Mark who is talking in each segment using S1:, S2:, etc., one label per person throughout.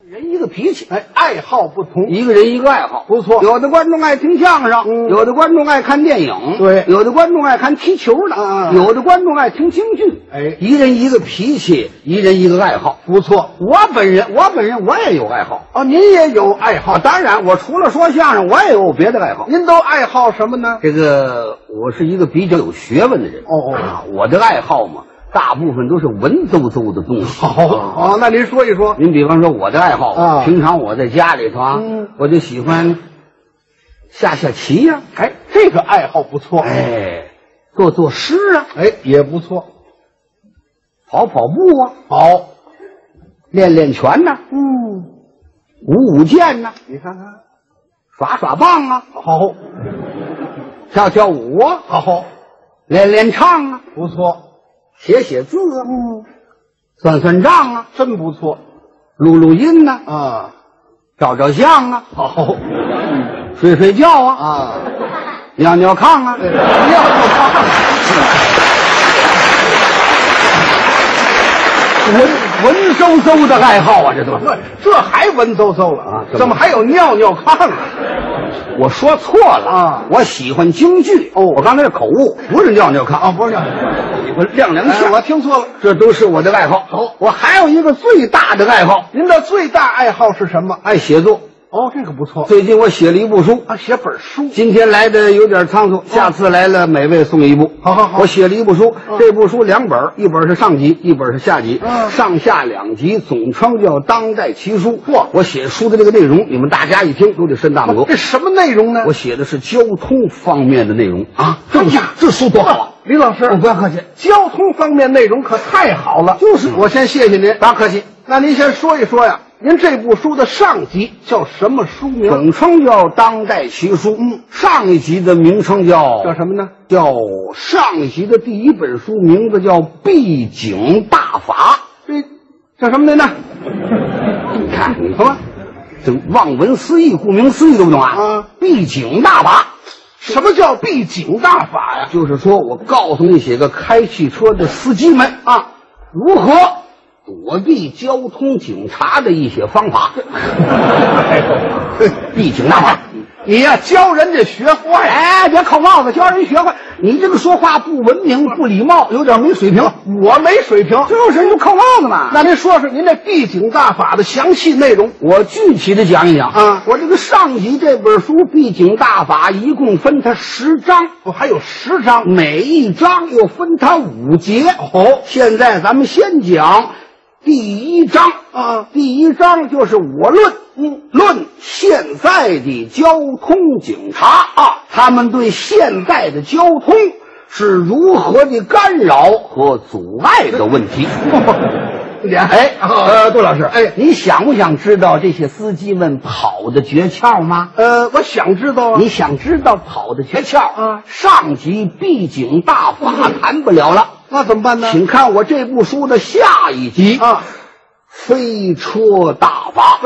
S1: 人一个脾气，
S2: 哎，爱好不同，
S1: 一个人一个爱好，
S2: 不错
S1: 有的观众爱听相声，
S2: 嗯
S1: 有的观众爱看电影，
S2: 对
S1: 有的观众爱看踢球的，
S2: 啊
S1: 有的观众爱听京剧。
S2: 哎
S1: 一人一个脾气，一人一个爱好。
S2: 不错。
S1: 我本人，我本人我也有爱好。
S2: 哦，您也有爱
S1: 啊，
S2: 好，
S1: 当然，我除了说相声，我也有别的爱好。
S2: 您都爱好什么呢？
S1: 这个我是一个比较有学问的人。
S2: 哦哦
S1: 啊，我的爱好嘛，大部分都是文绉绉的东西。啊
S2: 哦，那您说一说。
S1: 您比方说我的爱好，
S2: 啊
S1: 平常我在家里头啊，
S2: 嗯
S1: 我就喜欢下下棋呀、
S2: 哎，这个爱好不错，
S1: 哎，做做诗啊，
S2: 哎，也不错。
S1: 跑跑步啊，
S2: 好，
S1: 练练拳呐、
S2: 嗯，
S1: 舞舞剑呐、
S2: 你看看，
S1: 耍耍棒啊，
S2: 好，
S1: 跳跳舞啊，
S2: 好，
S1: 练练唱啊，
S2: 不错，
S1: 写写字啊，
S2: 嗯，
S1: 算算账啊，
S2: 真不错
S1: 录录音呐、
S2: 啊，
S1: 照照相啊，
S2: 好
S1: 睡睡觉啊，
S2: 啊，
S1: 尿尿炕啊，
S2: 要不他
S1: 文文绉绉的爱好啊，这都是。
S2: 这这还文绉绉了
S1: 啊
S2: 怎么还有尿尿炕啊？
S1: 我说错了
S2: 啊
S1: 我喜欢京剧哦，我刚才是口误，不是尿尿炕，
S2: 啊，不是尿尿，
S1: 喜欢亮两
S2: 哎
S1: 下。
S2: 我听错了。
S1: 这都是我的爱好。
S2: 好
S1: 我还有一个最大的爱好，
S2: 您的最大爱好是什么？哎
S1: 爱写作。
S2: 哦，这个不错
S1: 最近我写了一部书，
S2: 啊，写本书。
S1: 今天来的有点仓促，下次来了每位送一部。
S2: 啊好好好
S1: 我写了一部书
S2: 嗯，
S1: 这部书两本儿，一本是上集，一本是下集，
S2: 嗯
S1: 上下两集，总称叫《当代奇书》。
S2: 嚯
S1: 我写书的这个内容，你们大家一听都得伸大拇
S2: 这
S1: 哥。
S2: 什么内容呢？
S1: 我写的是交通方面的内容啊，
S2: 哎
S1: 这
S2: 呀
S1: 这书多好啊！
S2: 李老师，
S1: 不要客气，
S2: 交通方面内容可太好了。
S1: 就是
S2: 我先谢谢您。
S1: 不要客气。
S2: 那您先说一说呀，您这部书的上集叫什么书名？
S1: 总称叫《当代奇书》。嗯，上一集的名称叫
S2: 叫什么呢？
S1: 叫上一集的第一本书名字叫《闭景大法
S2: 这叫什么来着？》。
S1: 你看，你他妈这望文思义，顾名思义，懂不懂啊？
S2: 啊
S1: 闭景大法
S2: 什么叫闭景大法呀？
S1: 就是说我告诉那些个开汽车的司机们啊，如何躲避交通警察的一些方 法。
S2: 哎
S1: 闭景大法。
S2: 你呀，教人家学坏呀。
S1: 哎，别扣帽子，教人学会。你这个说话不文明、不礼貌，有点没水平。
S2: 我没水平。
S1: 就是，你就扣帽子嘛那
S2: 那您说说您这闭景大法的详细内容？
S1: 我具体的讲一讲
S2: 啊
S1: 我这个上集这本书《闭景大法》一共分它十章，
S2: 我哦还有十章。
S1: 每一章又分它五节。哦，现在咱们先讲第一章
S2: 啊
S1: 第一章就是我论，嗯，论现在的交通警察啊，他们对现在的交通是如何的干扰和阻碍的 问题。哎，
S2: 呃，杜老师，哎，
S1: 你想不想知道这些司机们跑的诀窍吗？
S2: 呃，我想知道啊。
S1: 你想知道跑的诀窍
S2: 啊
S1: 上集闭景大法谈不了了，
S2: 那怎么办呢？
S1: 请看我这部书的下一集
S2: 啊，
S1: 飞车大法。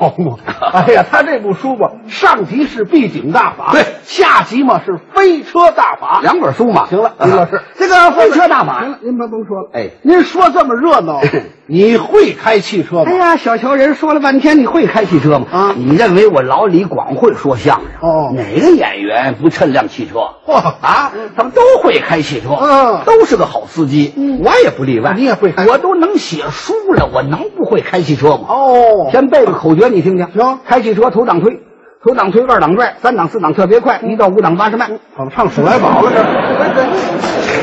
S2: 好嘛！哎呀，他这部书吧，上集是闭景大法，
S1: 对
S2: 下集嘛是飞车大法。
S1: 两本书嘛，
S2: 行了
S1: 啊
S2: 李老师
S1: 这个飞车大
S2: 行
S1: 法
S2: 了，，您甭甭说了。
S1: 哎
S2: 您说这么热闹，你会开汽车吗
S1: 哎？呀，小瞧人说了半天，你会开汽车吗？
S2: 啊
S1: 你认为我老李广会说相声？
S2: 哦
S1: 哪个演员不趁辆汽车？
S2: 嚯
S1: 啊，他们都会开汽车，
S2: 嗯
S1: 都是个好司机，
S2: 嗯
S1: 我也不例外。
S2: 你也会开
S1: 我都能写书了，我能不会开汽车吗？
S2: 哦，
S1: 先背个口诀，你听听。
S2: 行
S1: 开汽车头档推，头档推，二档拽，三档四档特别快，
S2: 嗯
S1: 一到五档八十迈。
S2: 怎么唱《鼠来宝》了这？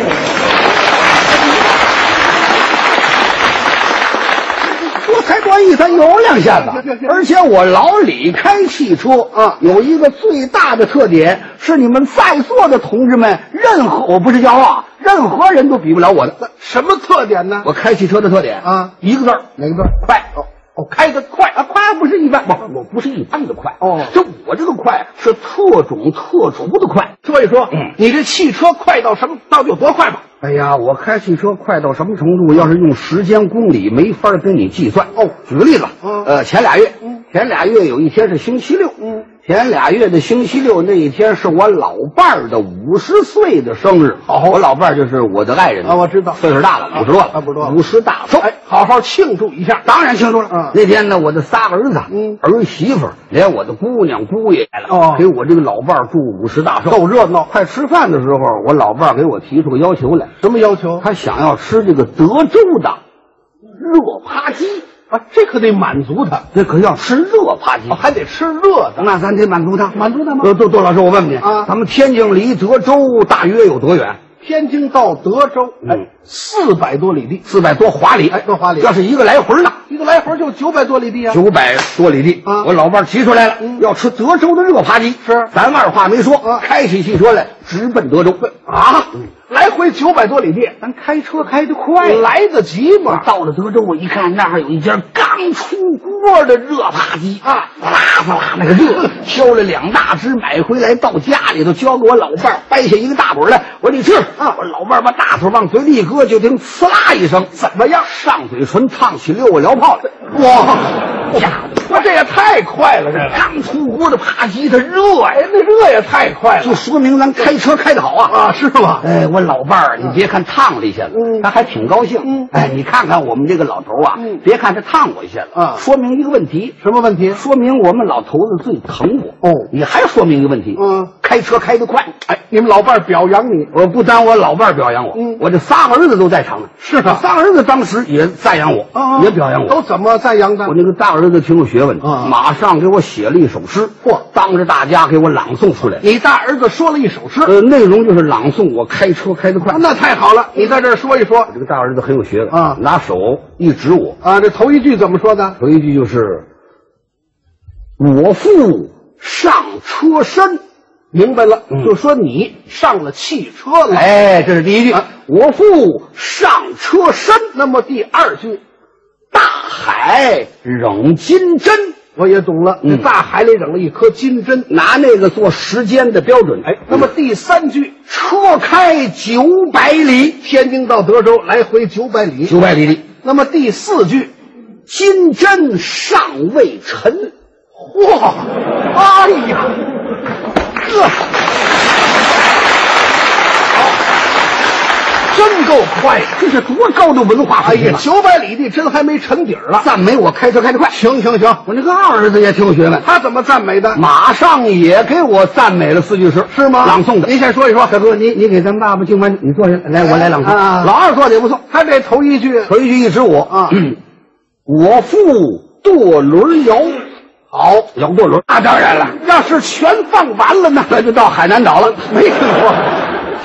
S1: 多才多艺，咱有两下子
S2: 对对。对
S1: 而且我老李开汽车
S2: 啊
S1: 有一个最大的特点是，你们在座的同志们，任何我不是骄傲啊，任何人都比不了我的。
S2: 什么特点呢？
S1: 我开汽车的特点
S2: 啊
S1: 一个字儿
S2: 哪个字儿？
S1: 快。
S2: 哦哦，开的快
S1: 啊，快不是一般，不，我不是一般的快
S2: 哦
S1: 这我这个快是特种特除的快。
S2: 说一说
S1: 嗯，
S2: 你这汽车快到什么？到底有多快吧？
S1: 哎呀，我开汽车快到什么程度？要是用时间公里，没法跟你计算。哦，举个例子，
S2: 嗯
S1: 呃，前俩月，
S2: 嗯
S1: 前俩月有一天是星期六，
S2: 嗯，
S1: 前俩月的星期六那一天是我老伴儿的五十岁的生日。
S2: 哦
S1: 我老伴儿就是我的爱人
S2: 啊我知道
S1: 岁数大了，
S2: 啊
S1: 五十多了，
S2: 差不多
S1: 五十大寿。
S2: 哎，好好庆祝一下。
S1: 当然清楚了。
S2: 嗯
S1: 那天呢，我的仨儿子、
S2: 嗯
S1: 儿媳妇儿，连我的姑娘姑爷来了，
S2: 哦
S1: 给我这个老伴儿祝五十大寿，
S2: 够热闹
S1: 快吃饭的时候，我老伴儿给我提出个要求来，
S2: 什么要求？
S1: 他想要吃这个德州的热扒鸡，
S2: 啊，这可得满足他，
S1: 那可要吃热扒鸡。
S2: 啊还得吃热的。
S1: 那咱得满足他，
S2: 满足他吗
S1: 哦呃，杜杜老师，我问问你
S2: 啊
S1: 咱们天津离德州大约有多远？
S2: 天津到德州，
S1: 嗯
S2: 哎，四百多里地，
S1: 四百多华里，哎
S2: 哎多华里
S1: 要是一个来回呢，
S2: 一个来回就九百多里地啊。
S1: 九百多里地
S2: 啊
S1: 我老伴儿提出来了，
S2: 嗯
S1: 要吃德州的热扒鸡。
S2: 是
S1: 咱二话没说，
S2: 啊
S1: 开起汽车来，直奔德州。嗯
S2: 啊，来回九百多里地，
S1: 咱开车开得快
S2: 来得及吗？
S1: 到了德州，我一看那儿有一家刚出锅的热扒鸡
S2: 啊
S1: 哗啦哗啦那个热，挑了两大只买回来，到家里头交给我老伴儿，掰下一个大腿来，我说你吃
S2: 啊
S1: 我老伴儿把大腿往嘴里一搁，就听呲啦一声，怎么样？上嘴唇烫起六个燎泡来，哇呀！
S2: 那这也太快了，这个
S1: 刚出锅的扒鸡它热呀，
S2: 哎，那热也太快
S1: 就
S2: 了
S1: 说明咱开车开得好啊！
S2: 啊，是吗？
S1: 哎，我老伴儿，你别看烫了一下子，
S2: 嗯
S1: 他还挺高兴。
S2: 嗯
S1: 哎，你看看我们这个老头儿啊，
S2: 嗯
S1: 别看他烫我一下子，
S2: 啊
S1: 说明一个问题，
S2: 什么问题？
S1: 说明我们老头子最疼我。
S2: 哦
S1: 你还说明一个问题，
S2: 嗯，
S1: 开车开得快。
S2: 哎，你们老伴儿表扬你，
S1: 我不单我老伴儿表扬我，
S2: 嗯
S1: 我这仨儿子都在场呢。
S2: 是啊嗯
S1: 仨儿子当时也赞扬我，也表扬我。
S2: 哦都怎么赞扬的
S1: 我？那个大儿子挺有学问的，
S2: 啊
S1: 马上给我写了一首诗，
S2: 嚯
S1: 当着大家给我朗诵出来。
S2: 你大儿子说了一首诗，啊
S1: 呃，内容就是朗诵我开车开得快。
S2: 那太好了，
S1: 嗯
S2: 你在这儿说一说
S1: 这个大儿子很有学问
S2: 啊
S1: 拿手一指我，
S2: 啊。这头一句怎么说的？
S1: 头一句就是：“我父上车身。
S2: 明白了，
S1: 嗯
S2: 就说你上了汽车”了。
S1: 哎，这是第一句。
S2: 啊
S1: 我父上车身，
S2: 那么第二句
S1: 大海扔金针，
S2: 我也懂了，
S1: 嗯
S2: 这大海里整了一颗金针。
S1: 拿那个做时间的标准。
S2: 哎，那么第三句，
S1: 车开九百里，
S2: 天津到德州来回九百里。
S1: 九百里里，
S2: 那么第四句，
S1: 金针尚未沉。
S2: 嚯，哎呀，这
S1: 真够快的，这是多高的文化
S2: 哎
S1: 水平
S2: 呀，
S1: 啊！
S2: 九百里地真还没沉底儿了。
S1: 赞美我开车开得快。
S2: 行行行，
S1: 我那个二儿子也挺有学问，
S2: 他怎么赞美的？
S1: 马上也给我赞美了四句诗，
S2: 是吗
S1: 朗诵的。您先说一说，大哥，你你给咱爸爸敬完，你坐下来，我来朗诵。
S2: 啊
S1: 老二做的也不错，
S2: 他这头一句
S1: 头一句一指我
S2: 啊
S1: 嗯我父舵轮摇，好摇舵轮，那当然了，要是全放完了呢，那就到海南岛了。
S2: 没听说，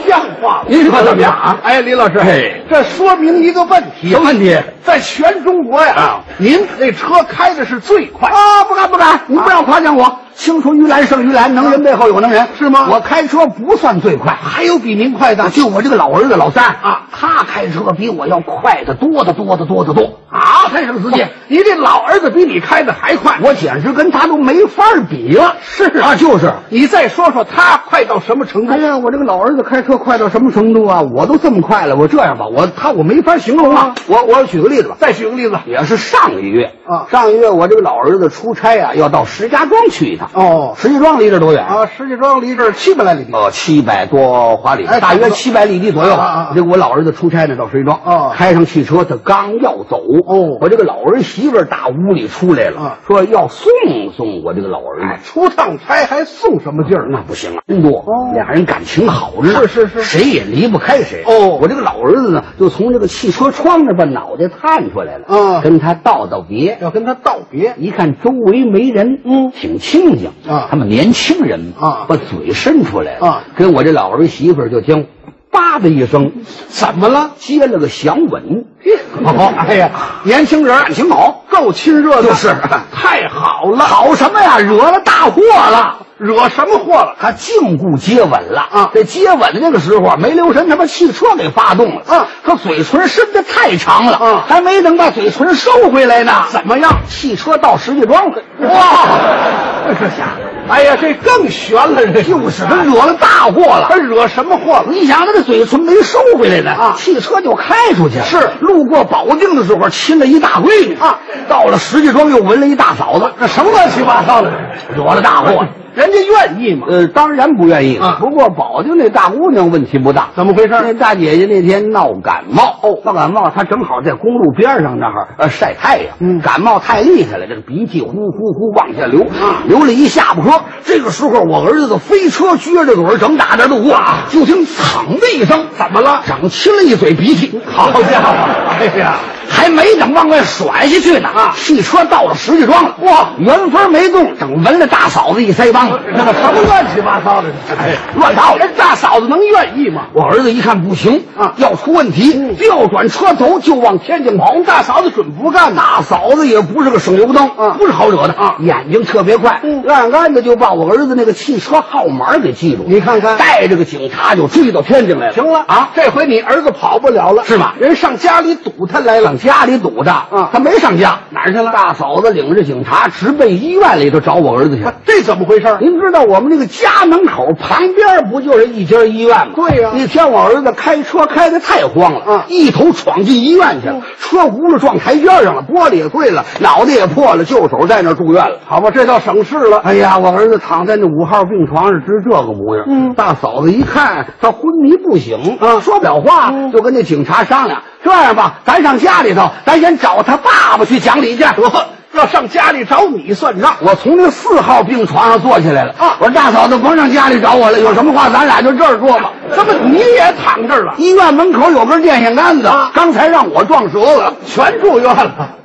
S2: 像话吗？
S1: 您说怎么样啊？
S2: 哎，李老师，
S1: 嘿
S2: 这说明一个问题
S1: 什，么问题？
S2: 在全中国呀，
S1: 啊
S2: 您那车开的是最快。
S1: 啊，不敢不敢，您不让夸奖我。青出于蓝胜于蓝，能人背后有能人，
S2: 是吗
S1: 我开车不算最快，
S2: 还有比您快的
S1: 那就我这个老儿子老三
S2: 啊，
S1: 他开车比我要快的多得多得多得多啊！他是个司机，
S2: 你这老儿子比你开的还快。
S1: 我简直跟他都没法儿比了。是啊，就是。
S2: 你再说说他快到什么程度
S1: 哎？呀，我这个老儿子开车快到什么程度啊？我都这么快了，我这样吧，我他我没法形容啊
S2: 啊。
S1: 我我举个例子吧，
S2: 再举个例子，
S1: 也是上个月
S2: 啊
S1: 上个月我这个老儿子出差啊，要到石家庄去一趟。
S2: 哦
S1: 石家庄离这儿多远？
S2: 啊，石家庄离这儿七百来里地。
S1: 呃，七百多华里，
S2: 哎
S1: 大
S2: 差
S1: 约
S2: 不多
S1: 七百里地左右。
S2: 啊啊啊
S1: 这个我老儿子出差呢，到石家庄，
S2: 哦
S1: 开上汽车，他刚要走，
S2: 哦
S1: 我这个老儿媳妇儿打屋里出来了，
S2: 啊
S1: 说要送送我这个老儿子。
S2: 哎，出趟差还送什么劲儿？
S1: 那不行啊，人多，
S2: 哦
S1: 俩人感情好着呢，
S2: 是是是
S1: 谁也离不开谁。
S2: 哦
S1: 我这个老儿子呢，就从这个汽车窗那把脑袋探出来了，
S2: 嗯
S1: 跟他道道别，
S2: 要跟他道别。
S1: 一看周围没人，
S2: 嗯
S1: 挺清静
S2: 啊
S1: 他们年轻人嘛
S2: 啊
S1: 把嘴伸出来了
S2: 啊
S1: 跟我这老儿媳妇儿就听，叭的一声，
S2: 怎么了？
S1: 接了个响吻。
S2: 哦，哎呀，年轻人
S1: 感情好，
S2: 够亲热的，
S1: 就是
S2: 太好了，
S1: 好什么呀？惹了大祸了。
S2: 惹什么祸了？
S1: 他禁锢接吻了
S2: 啊
S1: 这接吻的这个时候啊没留神，他把汽车给发动了
S2: 啊
S1: 他嘴唇伸的太长了
S2: 啊
S1: 还没等把嘴唇收回来呢。
S2: 怎么样？
S1: 汽车到石家 庄了，哇，
S2: 这下，哎呀，这更悬了，这
S1: 就是哎他惹了大祸了
S2: 他。惹什么祸了？
S1: 你想他的嘴唇没收回来呢，
S2: 啊
S1: 汽车就开出去了。
S2: 是
S1: 路过保定的时候亲了一大闺女
S2: 啊，
S1: 到了石家庄又闻了一大嫂子，
S2: 这什么乱七八糟的？
S1: 惹了大祸。
S2: 哎人家愿意嘛？
S1: 呃，当然不愿意了
S2: 啊
S1: 不过保定那大姑娘问题不大，
S2: 怎么回事？
S1: 那大姐姐那天闹感冒，哦，闹感冒，她正好在公路边上那儿呃晒太阳，
S2: 嗯
S1: 感冒太厉害了，这个鼻涕呼呼呼往下流，
S2: 啊
S1: 流了一下巴颏。这个时候，我儿子的飞车撅着嘴儿正打着路过，就听“嘡”的一声，怎么了？长亲了一嘴鼻涕，好家伙！
S2: 哎呀，
S1: 还没等往外甩下去呢，啊，汽车到了石家庄了，哇，原封没动，整闻了大嫂子一腮帮子，
S2: 那个什么乱七八糟的？哎，
S1: 乱套了。
S2: 大嫂子能愿意吗？
S1: 我儿子一看不行
S2: 啊
S1: 要出问题，调转车头就往天津跑。
S2: 大嫂子准不干呐！
S1: 大嫂子也不是个省油灯，
S2: 啊
S1: 不是好惹的
S2: 啊
S1: 眼睛特别快，
S2: 嗯
S1: 暗暗的就把我儿子那个汽车号码给记住了。
S2: 你看看
S1: 带着个警察就追到天津来了。
S2: 行了
S1: 啊，，
S2: 这回你儿子跑不了了，
S1: 是吗
S2: 人上家里堵他来了
S1: 上。家里堵着
S2: 啊
S1: 他没上家，哪儿去了？大嫂子领着警察直奔医院里头找我儿子去。
S2: 啊这怎么回事儿？
S1: 您知道我们这个家门口旁边不就是一家医院吗？
S2: 对呀
S1: 那天我儿子开车开的太慌了，
S2: 嗯
S1: 一头闯进医院去了，车轱辘撞台阶上了，玻璃也碎了，脑袋也破了，就手在那儿住院了。
S2: 好吧，这倒省事了。
S1: 哎呀，我儿子躺在那五号病床上，直这个模样。
S2: 嗯
S1: 大嫂子一看他昏迷不醒，
S2: 啊
S1: 说不了话，就跟那警察商量，这样吧，咱上家里头，咱先找他爸爸去讲理去。
S2: 得，要上家里找你算账。
S1: 我从这四号病床上坐起来了
S2: 啊
S1: 我说大嫂子甭上家里找我了，有什么话咱俩就这儿说吧。
S2: 怎么你也躺这儿了？啊
S1: 医院门口有根电线杆子，刚才让我撞折了，
S2: 全住院了。